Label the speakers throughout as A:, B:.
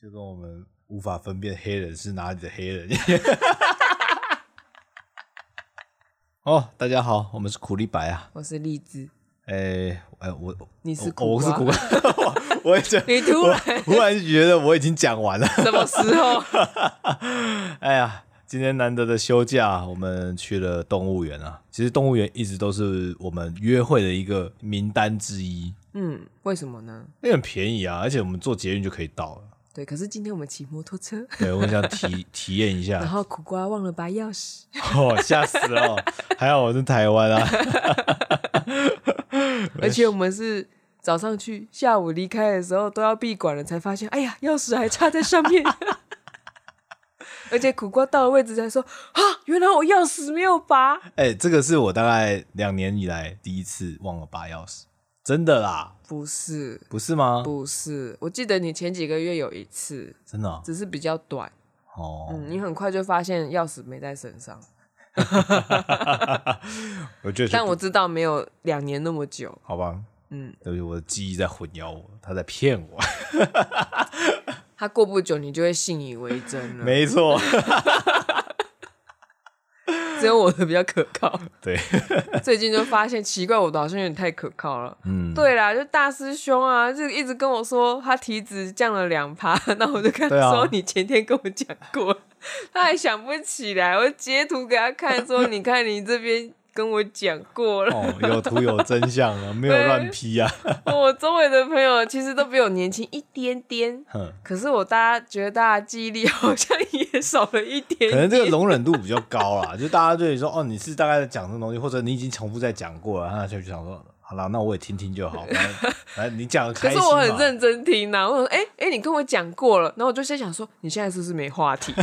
A: 就跟我们无法分辨黑人是哪里的黑人。 哦，大家好，我们是苦力白啊。
B: 我是荔枝，
A: 哎、哎，我
B: 你是
A: 我我
B: 苦
A: 是苦
B: 瓜
A: 瓜， 我也觉得
B: 你突然
A: 我忽然就觉得我已经讲完了。
B: 什么时候？
A: 哎呀，今天难得的休假，我们去了动物园啊。其实动物园一直都是我们约会的一个名单之一，
B: 嗯，为什么呢？
A: 因为很便宜啊，而且我们坐捷运就可以到了。
B: 对，可是今天我们骑摩托车，
A: 对，我想体 体验一
B: 然
A: 下，
B: 后苦瓜忘了拔钥匙，
A: 哦，吓死了！还好我是台湾啊，
B: 而且我们是早上去，下午离开的时候都要闭馆了，才发现，哎呀，钥匙还插在上面。 而且苦瓜到了位置才说，啊，原来我钥匙没有拔。
A: 哎、这个是我大概两年以来第一次忘了拔钥匙，真的啦，
B: 不是，
A: 不是吗？
B: 不是，我记得你前几个月有一次，
A: 真的哦
B: 只是比较短。
A: 哦，
B: 嗯，你很快就发现钥匙没在身上，
A: 我觉得
B: 但我知道没有两年那么久。
A: 好吧，
B: 嗯，
A: 对不起，我的记忆在混淆我，他在骗我。
B: 他过不久你就会信以为真了。
A: 没错，
B: 只有我的比较可靠。
A: 对，
B: 最近就发现奇怪，我的好像有点太可靠了。
A: 嗯，
B: 对啦，就大师兄啊，就一直跟我说他体脂降了两趴， 那我就跟他
A: 对啊
B: 说、你前天跟我讲过，他还想不起来，我截图给他看说你看你这边跟我讲过了。
A: 哦，有图有真相啊，没有乱批啊。
B: 我周围的朋友其实都比我年轻一点点，
A: 哼
B: 可是我大家觉得大家记忆力好像也少了一点
A: 可能这个容忍度比较高啦，就大家对你说，哦，你是大概在讲这种东西，或者你已经重复在讲过了，他就想说，好啦，那我也听听就好，反 正反正你讲的
B: 可
A: 开
B: 是
A: 心
B: 我
A: 嘛。
B: 很认真听呐、我想说，哎、哎、你跟我讲过了，然后我就先想说，你现在是不是没话题？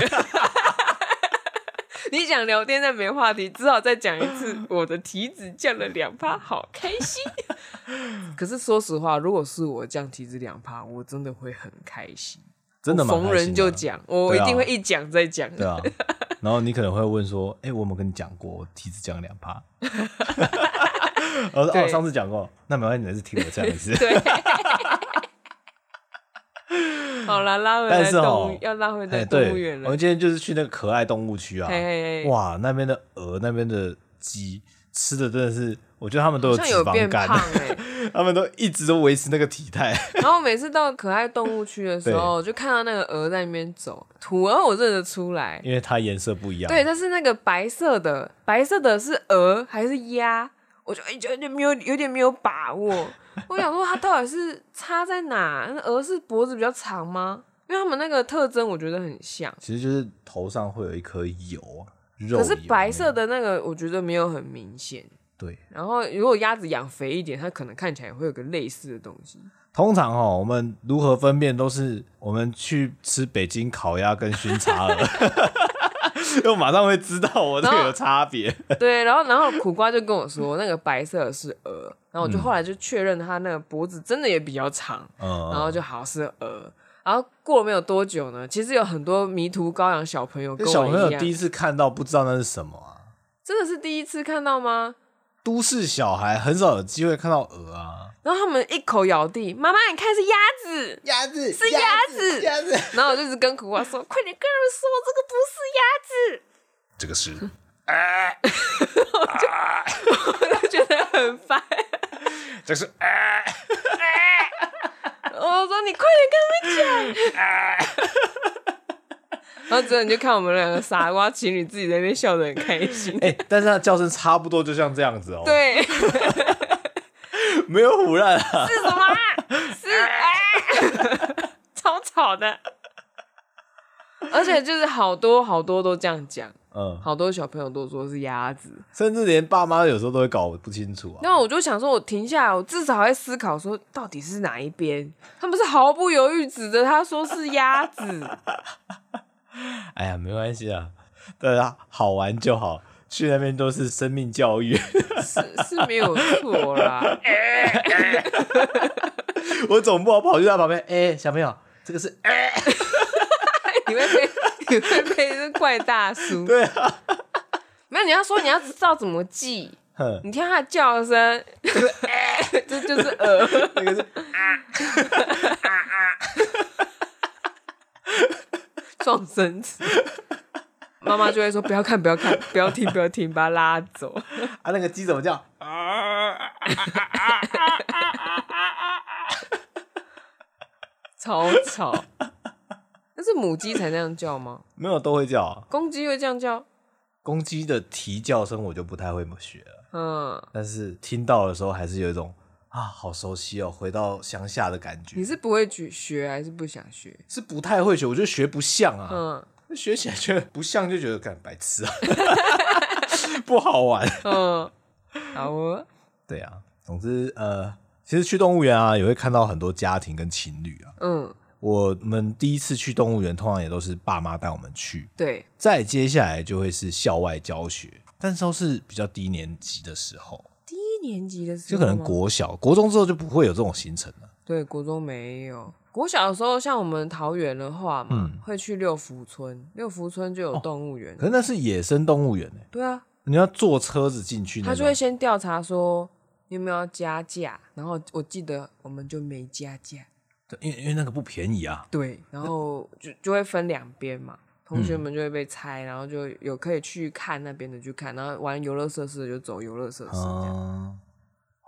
B: 你想聊天但没话题，只好再讲一次。我的体脂降了两趴，好开心。 可是说实话，如果是我降体脂两趴，我真的会很开心。
A: 真的
B: 我
A: 蛮
B: 逢
A: 开心
B: 人
A: 的
B: 就，讲，我
A: 对
B: 一
A: 啊
B: 定会一讲再讲。
A: 对 啊。然后你可能会问说，哎、我有没有跟你讲过，我体脂降两趴？ 我说哦，
B: 对
A: 上次讲过，那没关系，你还是听我讲一次。
B: 对。好啦，拉回
A: 但
B: 来
A: 是哦
B: 动物，要拉回
A: 哎，
B: 来动
A: 对，
B: 物园
A: 我
B: 了
A: 们。今天就是去那个可爱动物区啊，
B: 嘿嘿嘿
A: 哇，那边的鹅，那边的鸡，吃的真的是，我觉得他们都
B: 好
A: 脂
B: 像有变
A: 肪
B: 胖
A: 肝，
B: 哎、
A: 他们都一直都维持那个体态。
B: 然后每次到可爱动物区的时候，就看到那个鹅在那边走，土鹅我认得出来，
A: 因为它颜色不一样。
B: 对，，但是那个白色的，白色的是鹅还是鸭？我就哎就有点没有有点没有把握，我想说它到底是差在哪？那鹅是脖子比较长吗？因为它们那个特征我觉得很像，
A: 其实就是头上会有一颗油啊，肉
B: 可
A: 油
B: 是白
A: 那
B: 色的那个我觉得没有很明显。
A: 个。对，
B: 然后如果鸭子养肥一点，它可能看起来会有个类似的东西。
A: 通常哦，我们如何分辨都是我们去吃北京烤鸭跟熏茶 鹅，就马上会知道我这
B: 然
A: 个
B: 后
A: 有差别。
B: 对，然后然后苦瓜就跟我说，那个白色的是鹅，然
A: 嗯
B: 后我就后来就确认它那个脖子真的也比较长，然
A: 嗯，
B: 后就好像是鹅。然后过了没有多久呢，其实有很多迷途羔羊小朋友
A: 就
B: 跟
A: 小朋
B: 我
A: 友
B: 一样
A: 第，一次看到不知道那是什么啊。
B: 真的是第一次看到吗？
A: 都市小孩很少有机会看到鹅啊，
B: 然后他们一口咬定，妈妈你看是鸭子，
A: 鸭子
B: 是鸭子
A: 鸭子，
B: 然后我就一直跟苦瓜说，快点跟人说这个不是鸭子。
A: 这个是
B: 我就觉得很烦。
A: 这个是啊，
B: 我说你快点跟他们 讲。然后之后你就看我们两个傻瓜情侣自己在那边笑得很开 心。
A: 哎、但是它的叫声差不多就像这样子哦，，
B: 对，是
A: 没有胡乱啊，
B: 什么啊？是哎， 超吵的。而且就是好多好多都这样讲，
A: 嗯，
B: 好多小朋友都说是鸭子。
A: 甚至连爸妈有时候都会搞不清楚啊。
B: 那我就想说，我停下来，我至少还思考说到底是哪一边。他们是毫不犹豫指着他说是鸭子。
A: 哎呀，没关系啊，大家好玩就好。去那边都是生命教育，
B: 是是没有错啦，
A: 我总不好跑去他旁边。哎、小朋友，这个是、哎
B: 你会被你会被这怪大叔。
A: 对啊，
B: 没有，你要说你要知道怎么记，
A: 哼，
B: 你听他的叫声， 这就是鹅。
A: 那个是
B: 撞绳子。妈妈就会说：“不要看，不要看，不要听，不要听，把它拉走。
A: 啊，那个鸡怎么叫？
B: 超吵。那是母鸡才那样叫吗？
A: 没有都会叫、啊。
B: 公鸡会这样叫？
A: 公鸡的啼叫声我就不太会学了，
B: 嗯，
A: 但是听到的时候还是有一种啊，好熟悉哦，回到乡下的感觉
B: 你。是不会去学还是不想学？
A: 是不太会学，我觉得学不像啊，
B: 嗯
A: 学起来觉得不像，就觉得干白痴啊， 不好玩。
B: 嗯，好哦，
A: 对啊，总之呃，其实去动物园啊，也会看到很多家庭跟情侣啊。
B: 嗯，
A: 我们第一次去动物园，通常也都是爸妈带我们去，
B: 对，
A: 再接下来就会是校外教学，但是都是比较低年级的时候，
B: 低年级的时
A: 就
B: 候
A: 可能
B: 吗
A: 国小、国中之后就不会有这种行程了。
B: 对国中没有。国小的时候，像我们桃园的话嘛，会去六福村，六福村就有动物园。
A: 嗯哦可是那是野生动物园欸
B: 对啊，
A: 你要坐车子进去那种，
B: 他就会先调查说你有没有要加价，然后我记得我们就没加价，
A: 对因为因为那个不便宜啊。
B: 对，然后就就会分两边嘛，同学们就会被拆，然后就有可以去看那边的去看，然后玩游乐设施的就走游乐设施这样。
A: 嗯，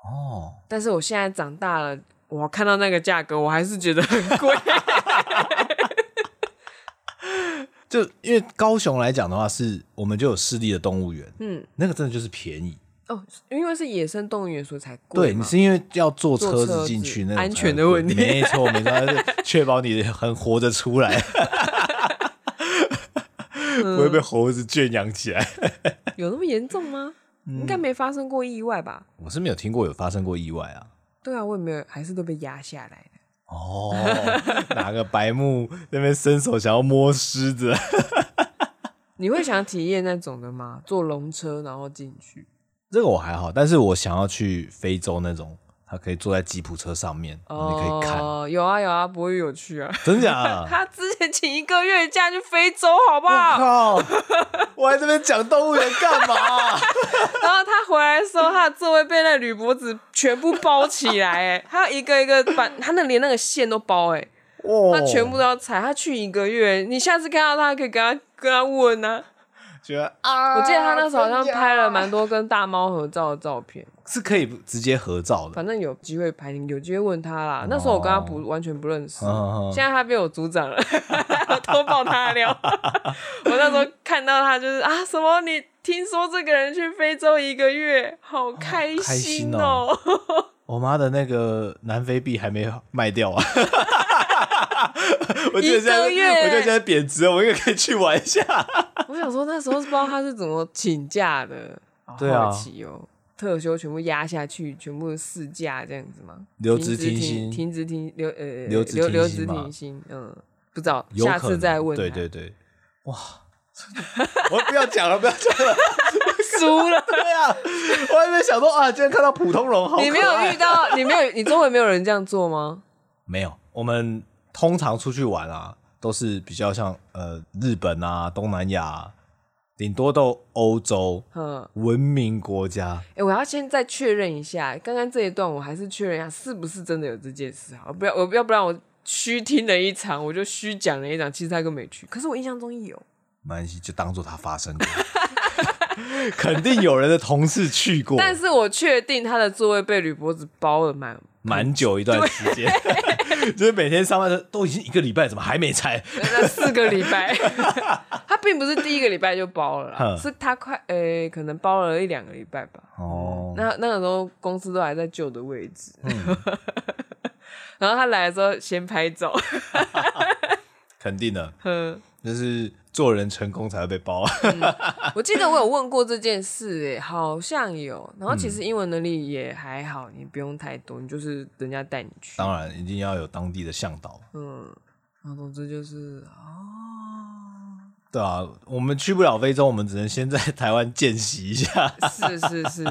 A: 哦，
B: 但是我现在长大了，我看到那个价格，我还是觉得很贵。
A: 就因为高雄来讲的话，是我们就有市立的动物园，
B: 嗯，
A: 那个真的就是便宜。
B: 哦，因为是野生动物园，所以才贵
A: 对，
B: 嘛。
A: 你是因为要坐
B: 坐
A: 车
B: 车
A: 子进
B: 子
A: 去那种
B: 安
A: 才
B: 全的
A: 会
B: 问题
A: 没错没错，它 是确保你很活着出来，不会被猴子圈养起来。
B: 有那么严重吗？
A: 嗯
B: 应该没发生过意外吧？
A: 我是没有听过有发生过意外啊。
B: 对啊，我也没有，还是都被压下来了。
A: 哦，哪个白目那边伸手想要摸狮子？
B: 你会想体验那种的吗？坐龙车然后进去，
A: 这个我还好，但是我想要去非洲那种，他可以坐在吉普车上面，然后你可以看，
B: 哦，有啊有啊，不会有趣啊。
A: 真假 啊？
B: 他之前请一个月假去非洲，好不好？
A: 我靠！我还这边讲动物园 干嘛？
B: 然后他回来的时候，他的座位被那铝箔纸全部包起来，哎，他要一个一个把，他那连那个线都包，哎，
A: 哇
B: 他全部都要踩。他去一个月，你下次看到他可以跟他跟他问啊。
A: 觉得啊！
B: 我记得他那时候好像
A: 真假
B: 拍了蛮多跟大猫合照的照片，
A: 是可以直接合照的。
B: 反正有机会拍，有机会问他啦。那时候我跟他不完全不认识，
A: 哦嗯嗯嗯
B: 现在他被我组长了， 我偷爆他的料。 我那时候看到他就是啊，什么你听说这个人去非洲一个月，好开
A: 开心
B: 哦！
A: 我妈的那个南非币还没卖掉 啊！ 我觉得现在，
B: 一个月
A: 我觉得现在贬值了，我应该可以去玩一下。
B: 我想说那时候是不知道他是怎么请假的，好
A: 对啊
B: 好奇哦。特休全部压下去，全部试驾这样子吗？
A: 留职
B: 停
A: 停薪
B: 停职停留呃
A: 留职
B: 留
A: 停
B: 留
A: 薪
B: 职
A: 嘛
B: 停薪，嗯，不知道，
A: 有
B: 下
A: 可
B: 次
A: 能
B: 再问他。
A: 对
B: 啊
A: 对对，哇！我不要讲了，不要讲了。
B: 输了。
A: 对啊，我还没想说啊，今天看到普通 龙好可爱，
B: 你没有遇到，你没有，你周围没有人这样做吗？
A: 没有，我们通常出去玩啊，都是比较像呃日本啊、东南亚、啊，顶多到欧洲
B: 嗯，
A: 文明国家。
B: 哎、我要先再确认一下，刚刚这一段我还是确认一下，是不是真的有这件事啊？不要，我不要不然我虚听了一场，我就虚讲了一场，其实他根本没去。可是我印象中有，
A: 没关系，就当做它发生过。 肯定有人的同事去过，
B: 但是我确定他的座位被铝箔纸包了满。
A: 蛮久一段时间， 就是每天上班都都已经一个礼拜，怎么还没拆？
B: 那四个礼 拜，他并不是第一个礼拜就包了啦，
A: 哼
B: 是他快呃、可能包了一两个礼拜吧。
A: 哦，
B: 那那个时候公司都还在旧的位置，
A: 嗯
B: 然后他来的时候先拍照，
A: 肯定的，
B: 嗯
A: 就是做人成功才会被包。啊
B: 我记得我有问过这件事、欸，好像有。然后其
A: 嗯
B: 实英文能力也还好，你不用太多，你就是人家带你去，
A: 当然，一定要有当地的向导。
B: 嗯，然后总之就是哦，
A: 对啊，我们去不了非洲，我们只能先在台湾见习一下。
B: 是是是，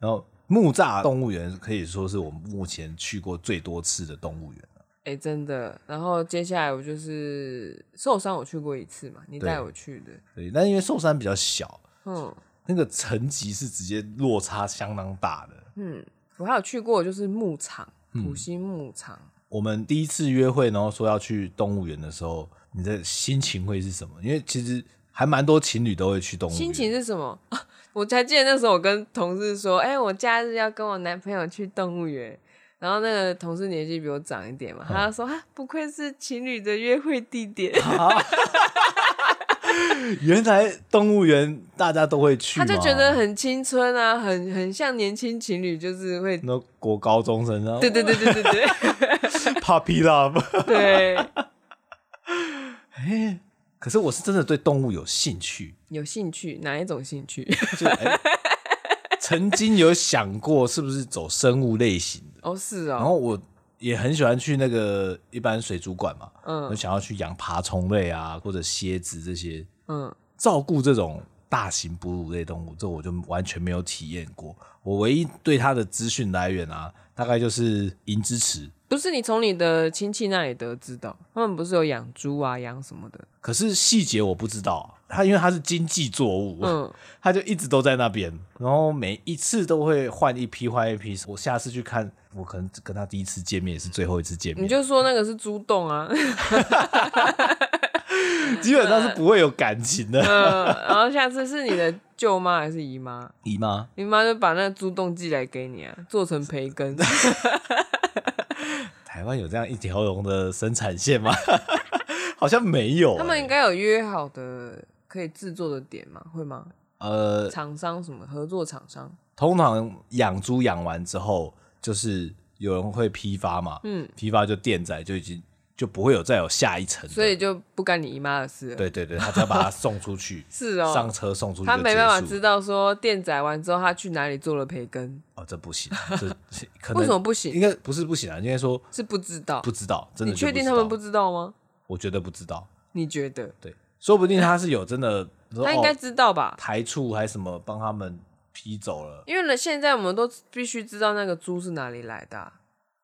A: 然后木栅动物园可以说是我们目前去过最多次的动物园。
B: 哎、真的。然后接下来我就是受伤，我去过一次嘛，你带
A: 对
B: 我去的，
A: 对，但因为寿山比较小，
B: 嗯
A: 那个层级是直接落差相当大的。
B: 嗯，我还有去过就是牧
A: 嗯
B: 场，普星牧场。
A: 我们第一次约会，然后说要去动物园的时候，你的心情会是什么？因为其实还蛮多情侣都会去动物园，
B: 心情是什么？ 我才记得那时候我跟同事说，哎、我假日要跟我男朋友去动物园。然后那个同事年纪比我长一点嘛，
A: 嗯
B: 他就说啊，不愧是情侣的约会地 点，
A: 原来动物园大家都会去
B: 他
A: 嘛，
B: 就觉得很青春啊，很很像年轻情侣，就是会，
A: 那国高中生啊，
B: 对对对对对对
A: ，Puppy Love。
B: 对，
A: 可是我是真的对动物有兴趣，
B: 有兴趣哪一种兴趣？
A: 就、哎曾经有想过是不是走生物类型的，
B: 哦，是
A: 然
B: 哦，
A: 后我也很喜欢去那个一般水族馆嘛，嗯，想要去养爬虫类啊或者蝎子这些，
B: 嗯，
A: 照顾这种大型哺乳类动物，这我就完全没有体验过。我唯一对它的资讯来源啊，大概就是银之池。
B: 不是你从你的亲戚那里得知的，他们不是有养猪啊，养什么的，
A: 可是细节我不知道啊、它因为它是经济作物，
B: 嗯，
A: 它就一直都在那边，然后每一次都会换一批换一批。我下次去看，我可能跟它第一次见面也是最后一次见
B: 你
A: 面，
B: 就说那个是猪洞啊，
A: 基本上是不会有感情的。
B: 嗯，然后下次是你的舅妈还是姨妈？
A: 姨妈，
B: 姨妈就把那个猪洞寄来给你啊，做成培根。
A: 台湾有这样一条龙的生产线吗？ 好像没有欸、
B: 他们应该有约好的可以制作的点嘛？会吗？
A: 呃，
B: 厂商什么合作厂商？
A: 通常养猪养完之后，就是有人会批发嘛，嗯，批发就电宰就已经就不会有再有下一层的，
B: 所以就不干你姨妈的事了。，
A: 对对对，他只要把它送出去
B: 是 哦
A: 上车送出去就
B: 他没办法
A: 结束
B: 知道说电宰完之后他去哪里做了培根，
A: 哦，这不行， 这可能
B: 为什么不
A: 应
B: 行？
A: 该不是不行啊，应该说
B: 是不知道。
A: 不知道，真的
B: 你
A: 就
B: 确定
A: 知
B: 他们不
A: 道？
B: 知道吗？
A: 我觉得不知道，
B: 你觉得？
A: 对，说不定他是有真的，说
B: 他应该
A: 哦
B: 知道吧？
A: 台畜还是什么帮他们批走了，
B: 因为呢，现在我们都必须知道那个猪是哪里来的啊、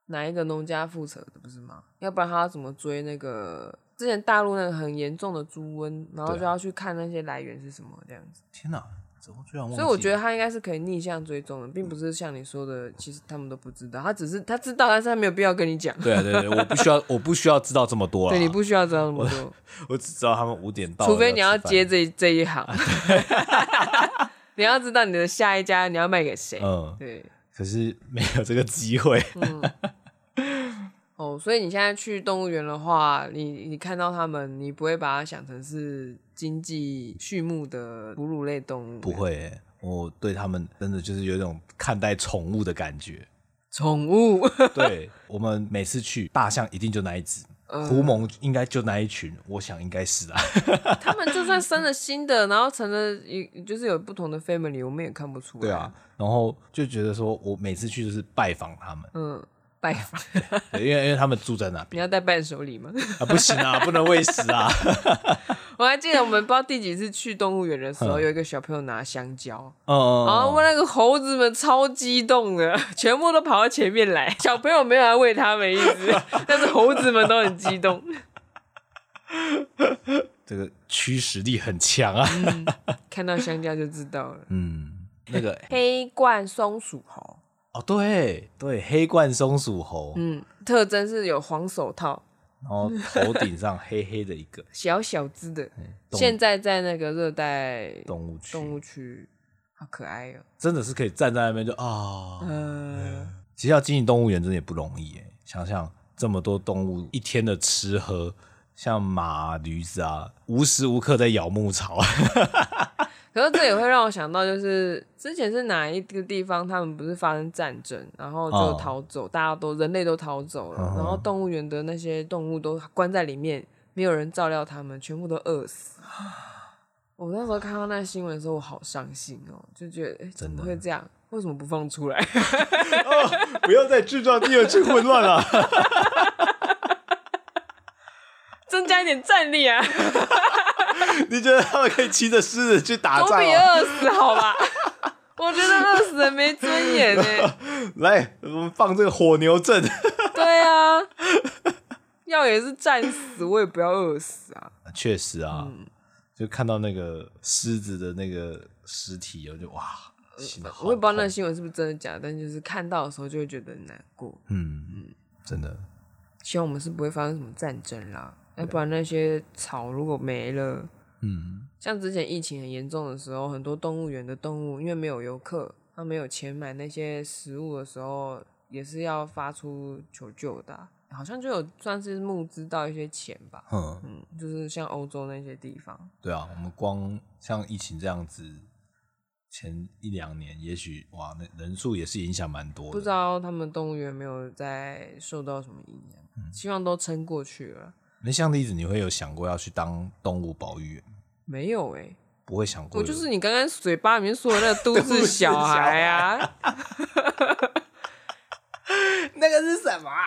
B: 哪一个农家负责的，不是吗？要不然他要怎么追那个之前大陆那个很严重的猪瘟，然后
A: 对啊
B: 就要去看那些来源是什么这样子。
A: 天哪，怎么居然忘记？
B: 所以我觉得他应该是可以逆向追踪的，并不是像你说的，其实他们都不知道，他只是他知道，但是他没有必要跟你讲。
A: 对啊对对，我不需要，我不需要知道这么多了。
B: 对你不需要知道那么多，
A: 我只知道他们五点到了，
B: 除非你要
A: 吃饭
B: 接。这这一行， 你要知道你的下一家你要卖给谁。
A: 嗯，
B: 对，
A: 可是没有这个机会。
B: 哦，所以你现在去动物园的话，你你看到它们，你不会把它想成是经济畜牧的哺乳类动物，
A: 不会欸、我对他们真的就是有一种看待宠物的感 觉。
B: 宠物
A: 对我们每次去，大象一定就那一只，
B: 嗯
A: 狐獴应该就那一群，我想应该是啊。
B: 它们就算生了新的，然后成了一就是有不同的 family，我们也看不出来。
A: 对啊，， 然后就觉得说我每次去就是拜访他们，
B: 嗯，拜访
A: 对因为因为他们住在那
B: 你
A: 边
B: 要带伴手礼吗？
A: 啊，不行啊，不能喂食啊。
B: 我还记得我们不知道第几次去动物园的时候，
A: 嗯
B: 有一个小朋友拿香蕉，
A: 嗯嗯，嗯
B: 然后问那个猴子们超激动的，全部都跑到前面来，小朋友没有来喂他们一只， 但是猴子们都很激动。
A: 这个驱使力很强啊。
B: 看到香蕉就知道了。
A: 嗯，那个
B: 黑冠松鼠猴，
A: 哦，对对，黑冠松鼠猴，
B: 嗯，特征是有黄手套，
A: 然后
B: 嗯
A: 头顶上黑黑的一 个
B: 小小只的，
A: 哎动物
B: 现在在那个热带
A: 动物区，
B: 动物区，好可爱哦、
A: 真的是可以站在那边就啊。
B: 嗯，
A: 其实要经营动物园真的也不容易哎，想想这么多动物一天的吃喝，像马、驴子啊，无时无刻在咬牧草。啊
B: 可是这也会让我想到，就是之前是哪一个地方，他们不是发生战争，然后就
A: 哦
B: 逃走，大家都人类都逃走了，
A: 嗯哼
B: 然后动物园的那些动物都关在里面，没有人照料他们，全部都饿死。我那时候看到那新闻的时候，我好伤心哦、就觉得、诶怎
A: 真
B: 么
A: 的
B: 会这样？为什么不放出来？
A: 不要再制造第二次混乱了。
B: 增加一点战力啊，
A: 你觉得他们可以骑着狮子去打
B: 总
A: 仗、
B: 比
A: 啊？
B: 饿死好吧？ 我觉得饿死很没尊严欸呢、
A: 来，我们放这个火牛阵，
B: 对啊，要也是战死，我也不要饿死啊。
A: 确实啊，
B: 嗯
A: 就看到那个狮子的那个尸体，我就哇，心好
B: 呃我也不知道那
A: 痛
B: 个新闻是不是真的假的，但就是看到的时候就会觉得很难过。
A: 嗯，真的
B: 希望我们是不会发生什么战争啦。要不然那些草如果没了，
A: 嗯，
B: 像之前疫情很严重的时候，很多动物园的动物因为没有游客，他没有钱买那些食物的时候，也是要发出求救的啊、好像就有算是募资到一些钱吧。
A: 哼，
B: 嗯，就是像欧洲那些地方，
A: 对啊，我们光像疫情这样子，前一两年也许哇，那人数也是影响蛮多的。
B: 不知道他们动物园有没有在受到什么影
A: 嗯
B: 响，希望都撑过去了。
A: 那像例子，你会有想过要去当动物保育员？
B: 没有哎、
A: 不会想过
B: 我
A: 有，
B: 就是你刚刚嘴巴里面说的那 个都市小孩啊，
A: 那个是什么、啊？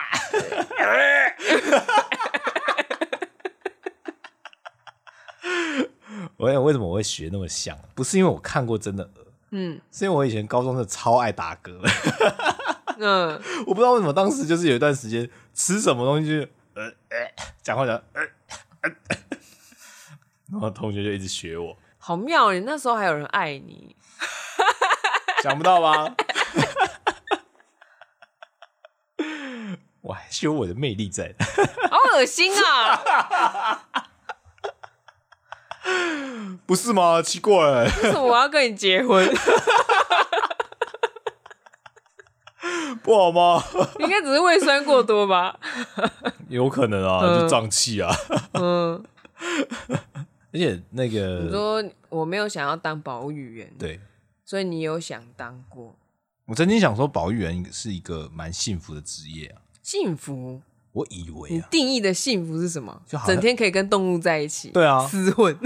A: 我想为什么我会学那么像？不是因为我看过真的鹅，
B: 嗯
A: 是因为我以前高中真的 超爱打嗝，
B: 嗯，
A: 我不知道为什么当时就是有一段时间吃什么东西就呃呃讲话讲呃呃，然后同学就一直学我，
B: 好妙！你那时候还有人爱你，
A: 想不到吧？ 我还是有我的魅力在的。
B: 好恶心啊！
A: 不是吗？奇怪，
B: 为什么我要跟你结 婚？
A: 不好吗？
B: 你应该只是胃酸过多 吧？
A: 有可能啊，
B: 嗯
A: 就胀气啊。
B: 嗯，
A: 而且那
B: 你
A: 个，
B: 说我没有想要当保育员，，
A: 对
B: 所以你有想当过？
A: 我曾经想说，保育员是一个蛮幸福的职业啊。
B: 幸福，
A: 我以为
B: 你
A: 啊，
B: 定义的幸福是什么
A: 就好？像
B: 整天可以跟动物在一起，
A: 对啊
B: 厮混，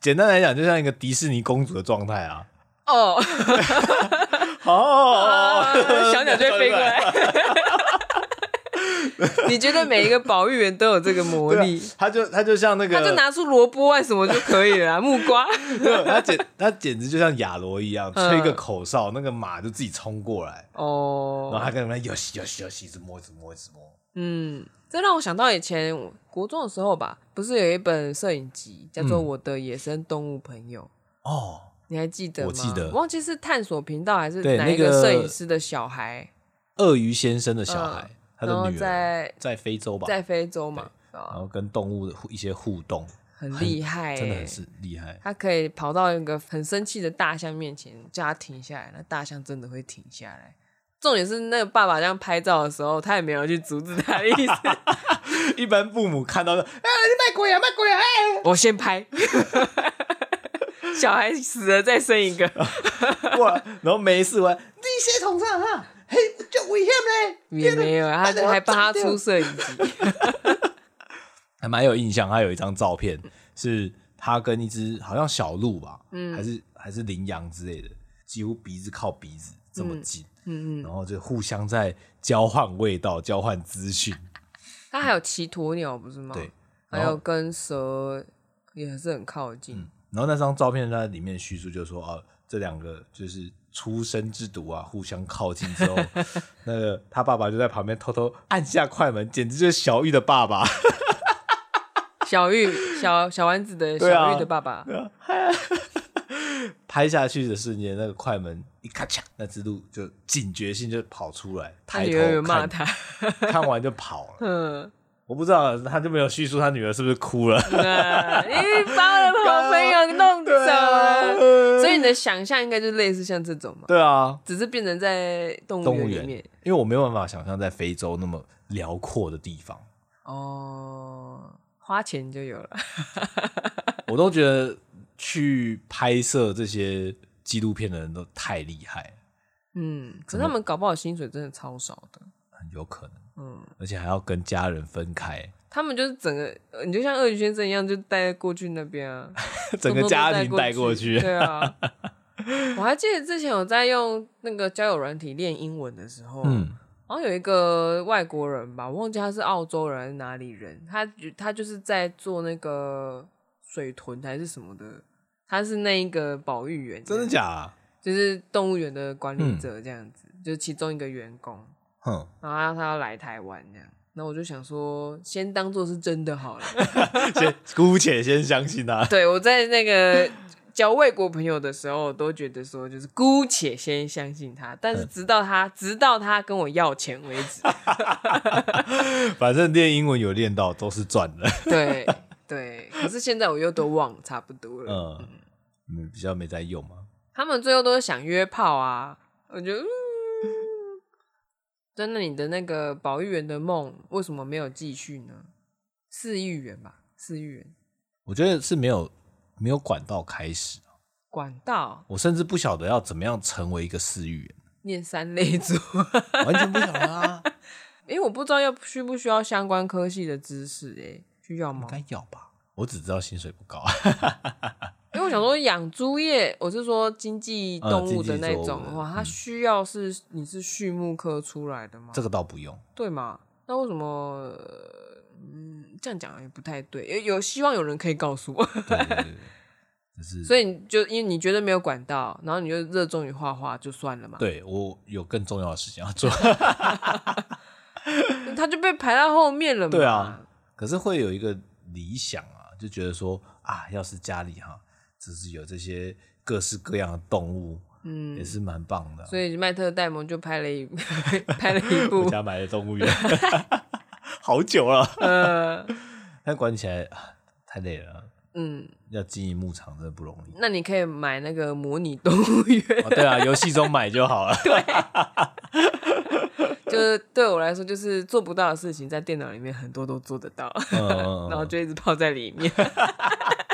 A: 简单来讲，就像一个迪士尼公主的状态啊。
B: 哦，
A: 哦，啊
B: 啊 小鸟就会飞过来。你觉得每一个保育员都有这个魔
A: 对啊
B: 力？，
A: 他就他就像那个，
B: 他就拿出萝卜啊什么就可以 了啊、木瓜。
A: 没有他简他简直就像亚罗一样，
B: 嗯
A: 吹个口哨，那个马就自己冲过来，然后
B: 哦
A: 他，跟人家有戏有戏有戏，一直摸一直摸一直摸。
B: 嗯，这让我想到以前我国中的时候吧，不是有一本摄影集叫做《
A: 嗯
B: 我的野生动物朋友》。
A: 哦，
B: 你还记得吗？
A: 我记得
B: 忘记是探索频道还是
A: 对
B: 哪
A: 那
B: 一个
A: 个
B: 摄影师的小孩，
A: 鳄鱼先生的小孩
B: 嗯，
A: 他
B: 然
A: 的
B: 后
A: 女儿
B: 在
A: 在非洲吧，
B: 在非洲嘛，
A: 然
B: 啊
A: 后跟动物的互一些互动，
B: 很厉害、欸，
A: 真的很是厉害。
B: 他可以跑到一个很生气的大象面前，叫他停下来，那大象真的会停下来。重点是那个爸爸这样拍照的时候，他也没有去阻止他的意思。
A: 一般父母看到的，哎，你卖鬼啊，卖鬼啊！哎
B: 我先拍，小孩死了再生一个。
A: 过来，啊然后没事我还你先捅上哈，嘿，就危险嘞。
B: 也没有，他还帮他出摄影机。
A: 还蛮有印象，他有一张照片是他跟一只好像小鹿吧，嗯，还是还是羚羊之类的，几乎鼻子靠鼻子这么近，
B: 嗯嗯，
A: 然后就互相在交换味道、交换资讯，
B: 他还有骑鸵鸟不是吗？
A: 对，
B: 还
A: 然
B: 有
A: 后嗯
B: 跟蛇也是很靠近。
A: 然后那张照片它里面叙述就说啊，这两个就是出生之毒啊，互相靠近之后， 那个他爸爸就在旁边偷偷按下快门，简直就是小玉的爸爸。
B: 小玉，小小丸子的
A: 对啊
B: 小玉的爸爸，
A: 拍下去的瞬间，那个快门一咔嚓，那只鹿就警觉性就跑出来，
B: 他
A: 抬
B: 女儿有
A: 头
B: 骂
A: 看，
B: 他。
A: 看完就跑了。
B: 嗯，
A: 我不知道他就没有叙述他女儿是不是哭 了，
B: 啊你把我的好朋友弄 走
A: 啊
B: 了。所以你的想象应该就类似像这种嘛，
A: 对啊，
B: 只是变成在动
A: 动
B: 物
A: 物
B: 园
A: 园
B: 里面，
A: 因为我没有办法想象在非洲那么辽阔的地方，
B: 哦，花钱就有了。
A: 我都觉得去拍摄这些纪录片的人都太厉害了，
B: 嗯，可是他们搞不好薪水真的超少的。
A: 很有可能，
B: 嗯，
A: 而且还要跟家人分 开，
B: 他们就是整个，呃你就像鳄鱼先生一样，就带过去那边啊，
A: 整个家庭带
B: 带
A: 过去。
B: 对啊，我还记得之前我在用那个交友软体练英文的时候，
A: 嗯，
B: 好像有一个外国人吧，我忘记他是澳洲人还是哪里人，他就他就是在做那个水豚还是什么的，他是那一个保育员，
A: 真的嗯假的？
B: 就是动物园的管理者这样子，就是其中一个员工，
A: 哼，
B: 然后他他要来台湾这样，那我就想说，先当做是真的好了，
A: 先姑且先相信他。
B: 对我在那个交外国朋友的时候，都觉得说就是姑且先相信他，但是直到他、直到他跟我要钱为止，
A: 反正练英文有练到都是赚的。
B: 对对。可是现在我又都忘了差不多了。
A: 嗯，你们比较没在用啊嘛。
B: 他们最后都是想约炮啊，我觉得。嗯真的，你的那个保育员的梦为什么没有继续呢？四亿元吧，四亿元
A: 我觉得是没有没有管道开始，啊
B: 管道
A: 我甚至不晓得要怎么样成为一个饲育
B: 念三类组，
A: 员，完全不晓得啊。
B: 因为我不知道要需不需要相关科系的知识、欸，需要吗
A: 应？该要吧？我只知道薪水不高，啊
B: 因为我想说养猪业，我是说经济动物的那
A: 呃嗯
B: 种的
A: 经济作物
B: 话，它需要是你是畜牧科出来的吗？
A: 这个倒不用。
B: 对吗？那为什么？嗯，这样讲也不太对。有有希望有人可以告诉我，
A: 对对对对，就是
B: 所以你就因为你觉得没有管道，然后你就热衷于画画，就算了嘛。
A: 对我有更重要的事情要做。
B: 他就被排到后面了 嘛。
A: 对啊，可是会有一个理想啊，就觉得说啊，要是家里哈、就是有这些各式各样的动物，嗯，也是蛮棒的啊。
B: 所以麦特戴蒙就拍了一 拍了一
A: 我
B: 部，
A: 家买的动 物园，好久了。
B: 呃
A: 但管起来啊太累了啊，
B: 嗯，
A: 要经营牧场真的不容易。
B: 那你可以买那个模拟动物园，
A: 哦，对 啊，游戏中买就好了。
B: 就是对我来说，就是做不到的事情，在电脑里面很多都做得到，
A: 嗯嗯
B: 啊 然后就一直泡在里面。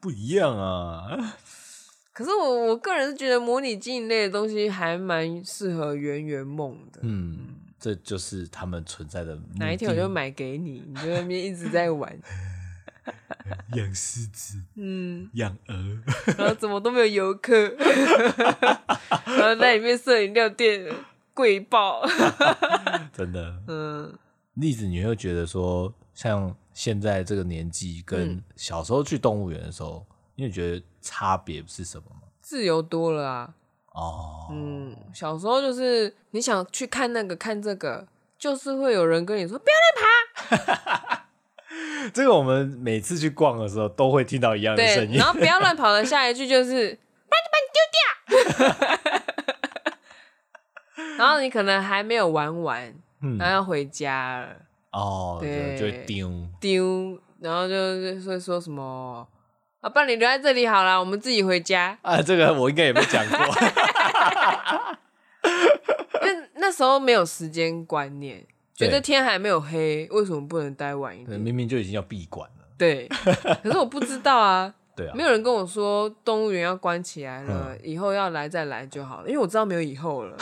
A: 不一样啊。
B: 可是我我个人是觉得模拟经营类的东西还蛮适合圆圆梦的。
A: 嗯，这就是他们存在的目的
B: 哪一天我就买给你，你就在那边一直在 玩，
A: 养狮子，
B: 嗯，
A: 养 鹅，
B: 然后怎么都没有游客， 然后在里面设饮料店贵爆，
A: 真的。
B: 嗯，
A: 例子你会觉得说，像现在这个年纪
B: 嗯
A: 跟小时候去动物园的时候，你有觉得差别是什么吗？
B: 自由多了啊。
A: 哦，
B: 嗯，小时候就是你想去看那个看这个，就是会有人跟你说不要
A: 这个我们每次去逛的时候都会听到一样的声
B: 对，
A: 音
B: 然。后不要乱跑的下一句就是不 然就把你丢掉。然后你可能还没有玩完，
A: 嗯
B: 然后要回家了，
A: 哦，
B: 对
A: 就会丢。
B: 丢，然后就是会说什么啊，不然你留在这里好了，我们自己回家。
A: 啊，这个我应该也没讲过。
B: 因为那时候没有时间观念，觉得
A: 对
B: 天还没有黑，为什么不能待晚一点？
A: 明明就已经要闭馆了，
B: 对，可是我不知道啊，
A: 对啊，
B: 没有人跟我说动物园要关起来了，
A: 嗯
B: 以后要来再来就好了，因为我知道没有以后了。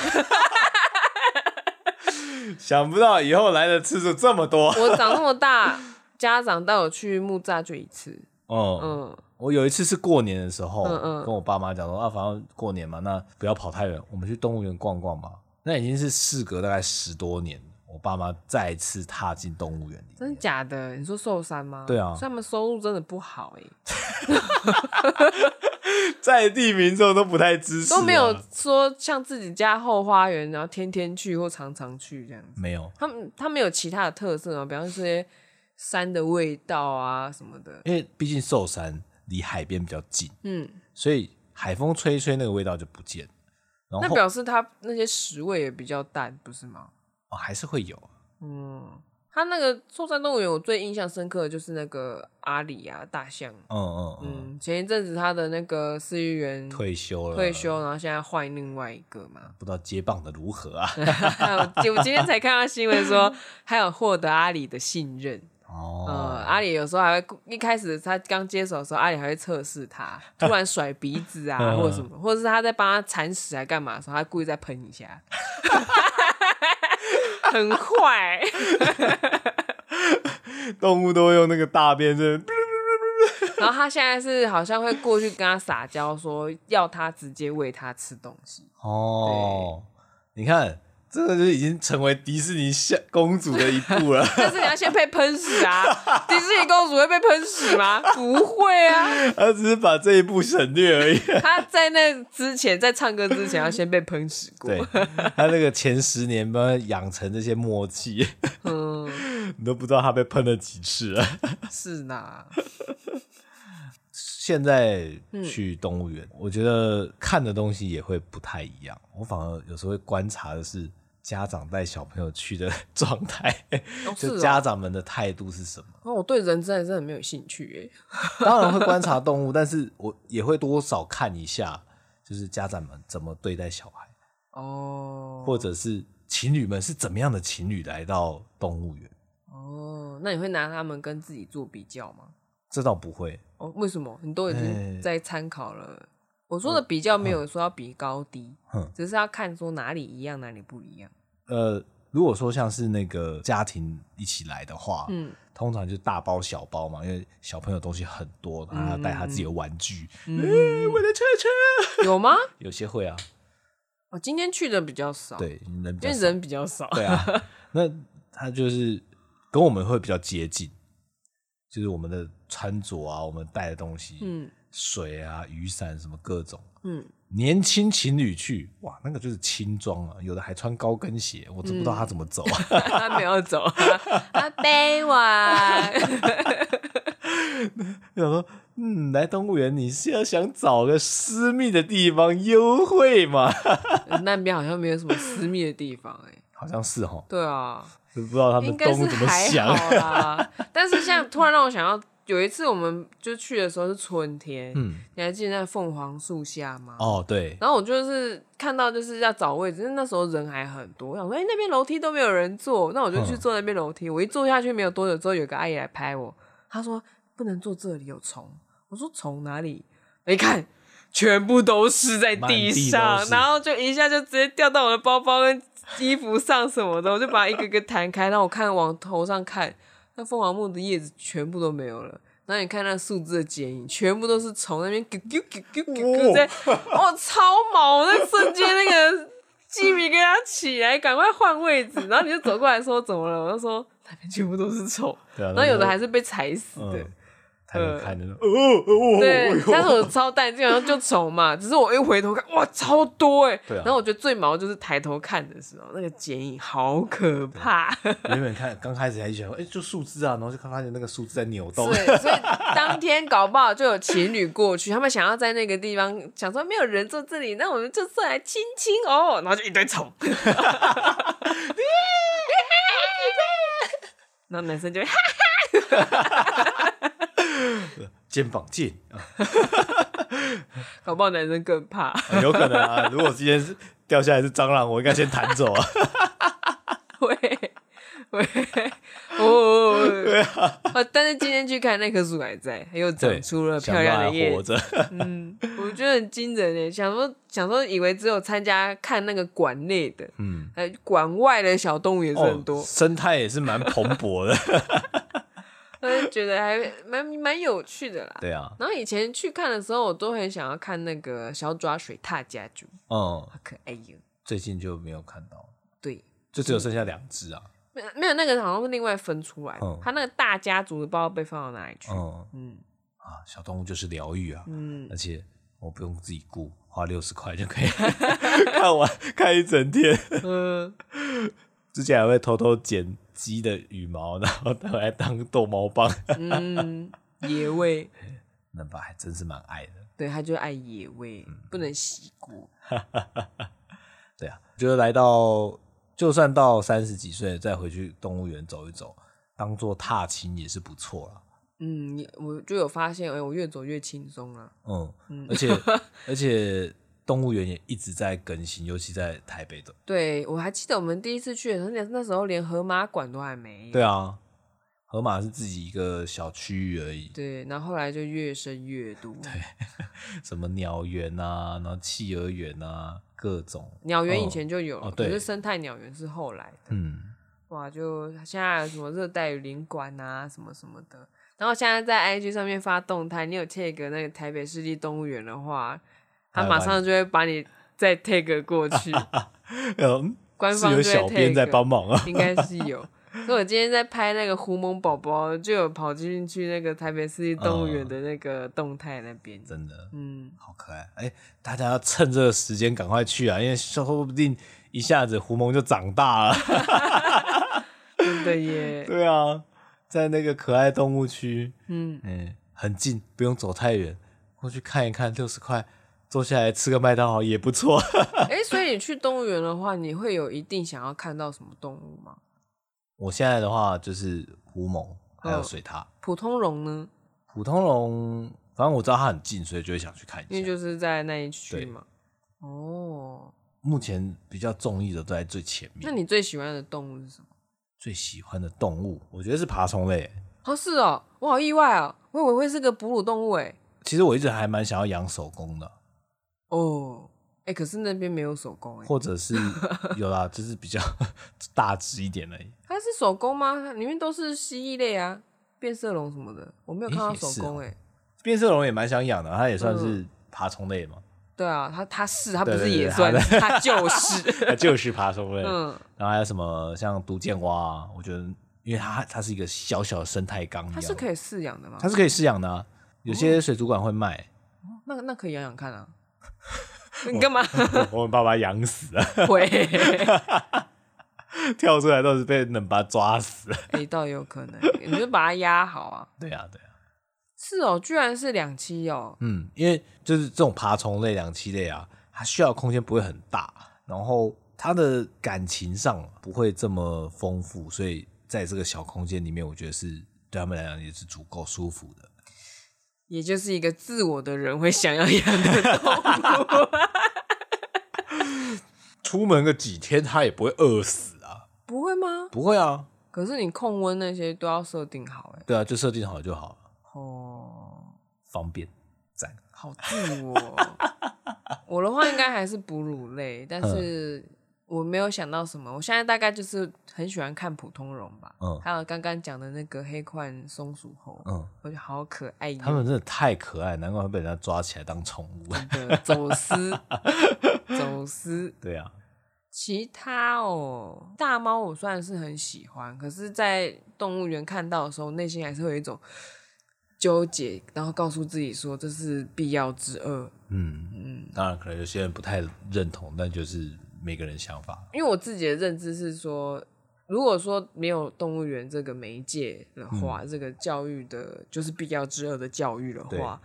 A: 想不到以后来的次数这么多。
B: 我长那么大，家长带我去木栅就一次，
A: 嗯，
B: 嗯，
A: 我有一次是过年的时候，
B: 嗯嗯
A: 跟我爸妈讲说啊，反正过年嘛，那不要跑太远，我们去动物园逛逛吧。那已经是事隔大概十多年，我爸妈再次踏进动物园里
B: 真
A: 面
B: 的，假的？你说寿山吗？
A: 对啊
B: 所以他们收入真的不好哎、
A: 在地民众都不太支持啊，
B: 都没有说像自己家后花园，然后天天去或常常去这样子。
A: 没有，
B: 他们他们有其他的特色啊，比方说这些山的味道啊什么的，
A: 因为毕竟寿山离海边比较近，
B: 嗯，
A: 所以海风吹一吹那个味道就不见了，然
B: 那
A: 后、
B: 表示它那些食味也比较淡，不是吗？
A: 哦还是会有啊。
B: 嗯，它那个寿山动物园，我最印象深刻的就是那个阿里啊，大象。
A: 嗯嗯嗯，
B: 嗯，前一阵子他的那个饲育员
A: 退休了，
B: 退休，然后现在换另外一个嘛。
A: 不知道接棒的如何啊？
B: 我今我今天才看到新闻说，还有获得阿里的信任。 呃，
A: 哦，
B: 阿里有时候还会故一开始他刚接手的时候，阿里还会测试他，突然甩鼻子啊，
A: 嗯
B: 或者什么，或者是他在帮他铲屎啊还干嘛的时候，他故意再喷一下，很坏。
A: 动物都用那个大便是，
B: 然后他现在是好像会过去跟他撒娇，说要他直接喂他吃东西。
A: 哦，你看，这个就已经成为迪士尼下公主的一步 了。
B: 但是你要先被喷屎啊！迪士尼公主会被喷屎吗？不会啊！
A: 她只是把这一步省略 而已。
B: 她在那之前，在唱歌之前要先被喷屎过。
A: 对，她那个前十年帮她养成这些默契，
B: 嗯，
A: 你都不知道她被喷了几次了。
B: 是啦。
A: 现在
B: 嗯
A: 去动物园，我觉得看的东西也会不太一样。我反而有时候会观察的是家长带小朋友去的 状态，
B: 哦 是
A: 就
B: 哦
A: 家长们的态度是什么。
B: 那我对人真的是很没有兴趣哎、
A: 当然会观察动物，但是我也会多少看一下，就是家长们怎么对待小孩，
B: 哦
A: 或者是情侣们是怎么样的情侣来到动物园。
B: 哦，那你会拿他们跟自己做比较吗？
A: 这倒不会，
B: 哦，为什么？你都已经
A: 哎
B: 在参考了。我说的比较没有说要比高低，
A: 哼
B: 只是要看说哪里一样，哪里不一样。
A: 呃，如果说像是那个家庭一起来的话，
B: 嗯
A: 通常就大包小包嘛，因为小朋友东西很多，他还要带他自己的玩具，哎
B: 嗯，
A: 我的车车，
B: 有吗？
A: 有些会啊，
B: 我今天去的比较少，，
A: 对，人比较
B: 哦因为
A: 少，
B: 人比较少。
A: 对啊，那他就是跟我们会比较接近，就是我们的穿着啊，我们带的东西，
B: 嗯
A: 水啊、雨伞什么各种。
B: 嗯，
A: 年轻情侣去，哇，那个就是轻装啊，有的还穿高跟鞋，我真不知道他怎么走啊。
B: 他没有走，他背我。
A: 就想说，嗯，来动物园你是要想找个私密的地方幽会吗？
B: 那边好像没有什么私密的地方哎、
A: 好像是哦哈，
B: 对啊，
A: 不知道他
B: 应
A: 们
B: 该
A: 动
B: 是
A: 物怎么
B: 还
A: 想。
B: 好啦。但是像突然让我想到，有一次我们就去的时候是春天，
A: 嗯，
B: 你还记得那凤凰树下吗？
A: 哦，对，
B: 然后我就是看到就是要找位置，因为那时候人还很多，我想说，哎、那边楼梯都没有人坐，那我就去
A: 嗯
B: 坐那边楼梯。我一坐下去没有多久之后，有个阿姨来拍我，她说不能坐这里有虫。我说虫哪里？一看全部都是在地
A: 满地
B: 上
A: 都，是
B: 然后就一下就直接掉到我的包包跟衣服上什么的，我就把它一个个弹开，然后我看往头上看，那凤凰木的叶子全部都没有了。然后你看那树枝的剪影，全部都是虫那边咕咕咕咕咕咕在，哦，超毛！那瞬间那个鸡皮跟它起来，赶快换位置。然后你就走过来说怎么了？我就说那边全部都是虫，
A: 对啊。
B: 然
A: 那
B: 后有的还是被踩死的。呃
A: 嗯，抬头看着，哦
B: 对
A: 哦，，
B: 但是我超淡定，然后就虫嘛，只是我一回头看，哇，超多哎、
A: 对啊
B: 然后我觉得最毛就是抬头看的时候，那个剪影好可怕。
A: 原本看刚开始还想说，哎，就树枝啊，然后就看发现那个树枝在扭动。
B: 对，所以当天搞不好就有情侣过去，他们想要在那个地方想说没有人坐这里，那我们就算来亲亲哦，然后就一堆虫。 然后男生就会哈
A: 肩膀借你啊，
B: 搞不好男生更怕。
A: 有可能啊。如果今天是掉下来是蟑螂，我应该先弹走 啊。
B: 喂喂，哦，对啊，但是今天去看那棵树还在，又长出了漂亮
A: 想让
B: 的
A: 它
B: 叶
A: 活
B: 子，
A: 着。
B: 嗯，我觉得很惊人诶。想说想说，以为只有参加看那个馆内的，
A: 嗯，
B: 呃，馆外的小动物也是很多，
A: 哦生态也是蛮蓬勃的。
B: 但是觉得还蛮蛮有趣的啦。
A: 对啊，
B: 然后以前去看的时候，我都很想要看那个小爪水獭家族，
A: 嗯，
B: 好可爱哟。
A: 最近就没有看到，
B: 对，
A: 就只有剩下两只啊。
B: 没有没有那个好像是另外分出来的
A: 嗯，
B: 它那个大家族的不知道被放到哪里去。
A: 嗯
B: 嗯
A: 啊，小动物就是疗愈啊，
B: 嗯，
A: 而且我不用自己顾，花六十块就可 以看完看一整天。
B: 呃，
A: 之前还会偷偷捡鸡的羽毛，然后拿来当逗猫棒。
B: 嗯，野味，
A: 那爸还真是蛮爱的。
B: 对，他就爱野味，
A: 嗯
B: 不能洗锅。
A: 对啊，觉得来到就算到三十几岁再回去动物园走一走，当做踏青也是不错啦。
B: 嗯，你我就有发现，哎、我越走越轻松了。
A: 嗯，而 且而且动物园也一直在更新，尤其在台北的。
B: 对，我还记得我们第一次去的时候，那那时候连河马馆都还没有。
A: 对啊，河马是自己一个小区域而已，
B: 对，然后后来就越深越多。
A: 什么鸟园啊，然后企鹅园啊，各种。
B: 鸟园以
A: 嗯
B: 前就有了，
A: 哦
B: 可是
A: 对
B: 生态鸟园是后来的。
A: 嗯，
B: 哇，啊就现在有什么热带雨林馆啊，什么什么的。然后现在在 IG 上面发动态，你有 tag 那个台北市立动物园的话，
A: 他
B: 他
A: 会
B: 马
A: 把
B: 上就会把你再 tag 过 去，
A: 嗯，
B: 官
A: 是
B: 方
A: 有
B: 就会
A: 小编在
B: tag
A: 帮忙啊。
B: 应该是有。所以我今天在拍那个狐獴宝宝，就有跑进去那个台北市立动物园
A: 嗯
B: 的那个动态那边。
A: 真的
B: 嗯，
A: 好可爱！哎、大家要趁这个时间赶快去啊，因为说不定一下子狐獴就长大 了。
B: 真 的耶。
A: 对啊，在那个可爱动物区，
B: 嗯，
A: 嗯，很近，不用走太远，过去看一看，六十块坐下来吃个麦当劳也不错。
B: 哎、所以你去动物园的话，你会有一定想要看到什么动物吗？
A: 我现在的话就是狐獴还
B: 嗯
A: 有水獭，
B: 普通龙呢？
A: 普通龙，反正我知道它很近，所以就会想去看
B: 因为
A: 一下。
B: 就是在那一区
A: 对
B: 嘛。哦，
A: 目前比较中意的都在最前面。
B: 那你最喜欢的动物是什么？
A: 最喜欢的动物，我觉得是爬虫类。
B: 哦，是哦，我好意外哦，我以为会是个哺乳动物哎。
A: 其实我一直还蛮想要养手工的，
B: 哦，哎、可是那边没有手工哎，
A: 或者是有啦，就是比较 大只一点的，
B: 它是手工吗？里面都是蜥蜴类啊，变色龙什么的，我没有
A: 诶
B: 看到
A: 也
B: 手
A: 是
B: 工
A: 哦
B: 哎、
A: 变色龙也蛮想养的，它也算
B: 嗯
A: 是爬虫类嘛，
B: 对啊，它它是它不
A: 对
B: 是
A: 对对
B: 也
A: 它
B: 算，
A: 的
B: 它 就是。
A: 它就是爬虫类。
B: 嗯，
A: 然后还有什么像毒箭蛙、啊，我觉得因为它它是一个小小的生态缸一样，
B: 它是可以饲养的吗？
A: 它是可以饲养的、啊，有些水族馆会 卖。
B: 那那可以养养看啊。 你干嘛
A: 我们爸爸养死啊，
B: 回？
A: 跳出来都是被冷巴抓死。
B: 哎、倒有可能，你就把它压好啊。
A: 对啊，对啊，
B: 是哦，居然是两栖哦。
A: 嗯，因为就是这种爬虫类、两栖类啊，它需要的空间不会很大，然后它的感情上不会这么丰富，所以在这个小空间里面，我觉得是对他们来讲也是足够舒服的。
B: 也就是一个自我的人会想要养的动物，
A: 出门个几天，它也不会饿死啊，
B: 不会吗？
A: 不会啊，
B: 可是你控温那些都要设定好哎。
A: 对啊，就设定好就好了，
B: 哦，
A: 方便，赞。
B: 好自我。哦我的话应该还是哺乳类，
A: 嗯
B: 但是我没有想到什么。我现在大概就是很喜欢看普通绒吧，
A: 嗯
B: 还有刚刚讲的那个黑冠松鼠猴，
A: 嗯，
B: 我觉得好可爱哟。
A: 他们真的太可爱，难怪会被人家抓起来当宠物。
B: 的走私，走私。
A: 对啊，
B: 其他哦，大猫我虽然是很喜欢，可是，在动物园看到的时候，内心还是会有一种纠结，然后告诉自己说这是必要之恶。
A: 嗯嗯，当然可能有些人不太认同，但就是每个人想法。
B: 因为我自己的认知是说，如果说没有动物园这个媒介的话，这个教育的就是必要之恶的教育的
A: 对
B: 话，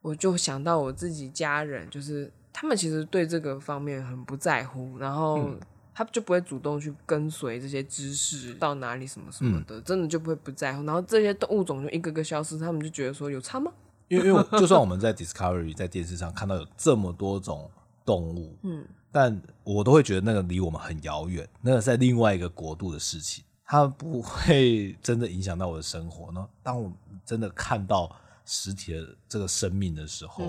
B: 我就想到我自己家人，就是他们其实对这个方面很不在乎，然后他就不会主动去跟随这些知识到哪里什么什么的，真的就不会不在乎。然后这些动物种就一个个消失，他们就觉得说有差吗？
A: 因为因为我就算我们在 Discovery 在电视上看到有这么多种动物，嗯，但我都会觉得那个离我们很遥远，那个在另外一个国度的事情，它不会真的影响到我的生活。那当我真的看到实体的这个生命的时候，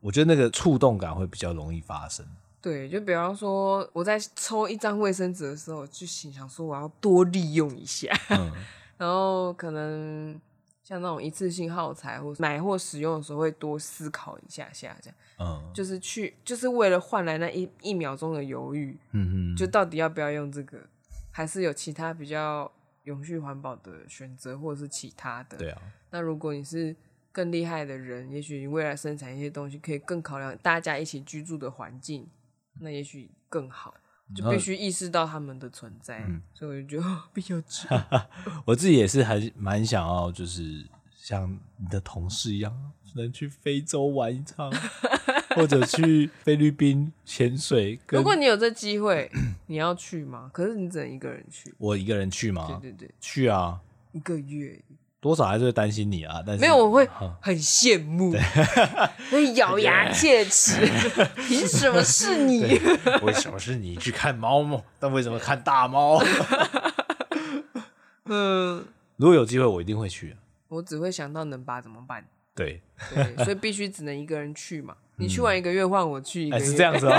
A: 我觉得那个触动感会比较容易发生。
B: 对，就比方说我在抽一张卫生纸的时候，就心想说我要多利用一下。
A: 嗯，
B: 然后可能像那种一次性耗材或买或使用的时候，会多思考一下下，这样
A: 嗯
B: 就是去就是为了换来那一一秒钟的犹豫，
A: 嗯嗯，
B: 就到底要不要用这个，还是有其他比较永续环保的选择，或者是其他的。
A: 对啊，
B: 那如果你是更厉害的人，也许你未来生产一些东西，可以更考量大家一起居住的环境，那也许更好。就必须意识到他们的存在，所以我就觉得 必要之恶
A: 我自己也是还蛮想要，就是像你的同事一样，能去非洲玩一 趟，或者去菲律宾潜水。跟
B: 如果你有这机会，你要去吗？可是你只能一个人去。
A: 我一个人去
B: 对
A: 吗？
B: 对对，
A: 去啊，
B: 一个月
A: 多少还是会担心你啊。但是
B: 没有，我会
A: 哈
B: 很羡慕，会咬牙切齿。凭什么是你？
A: 为什么是你去看猫猫？但为什么看大 猫？
B: 嗯，
A: 如果有机会，我一定会去。
B: 我只会想到能拔怎么办。
A: 对，
B: 对，所以必须只能一个人去嘛。你去完一个月，换我去一个
A: 哎，
B: 月，
A: 嗯是这样子哦，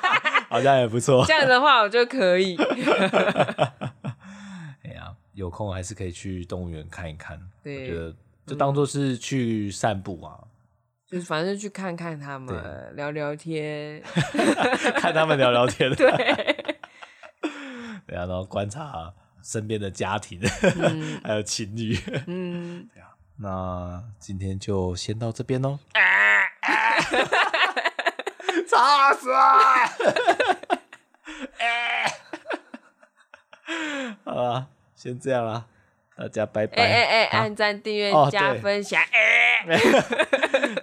A: 好像也不错
B: 这。样的话我就可以。
A: 哎呀，有空还是可以去动物园看一看。
B: 对嗯
A: 我觉得就当做是去散步啊。
B: 就是反正去看看他们，聊 聊天，
A: 看他们聊聊天，对
B: 对，
A: 哎啊，然后观察身边的家庭， 还有情侣。 啊
B: 嗯，
A: 那今天就先到这边喽，
B: 啊啊
A: 吵死啊！ 好啦，先这样啦，大家拜
B: 哎
A: 拜。
B: 哎哎，按赞、订阅
A: 哦、
B: 加
A: 对
B: 分享，哎。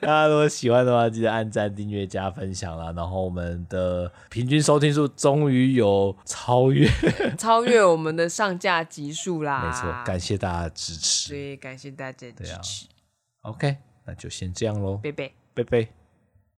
A: 大家如果喜欢的话，记得按赞、订阅、加分享啦。然后我们的平均收听数终于有超越，
B: 超越我们的上架集数啦。
A: 没错，感谢啊大家的支持。
B: 所以感谢大家的支持，
A: OK，那就先这样喽，
B: 贝贝。
A: 拜拜。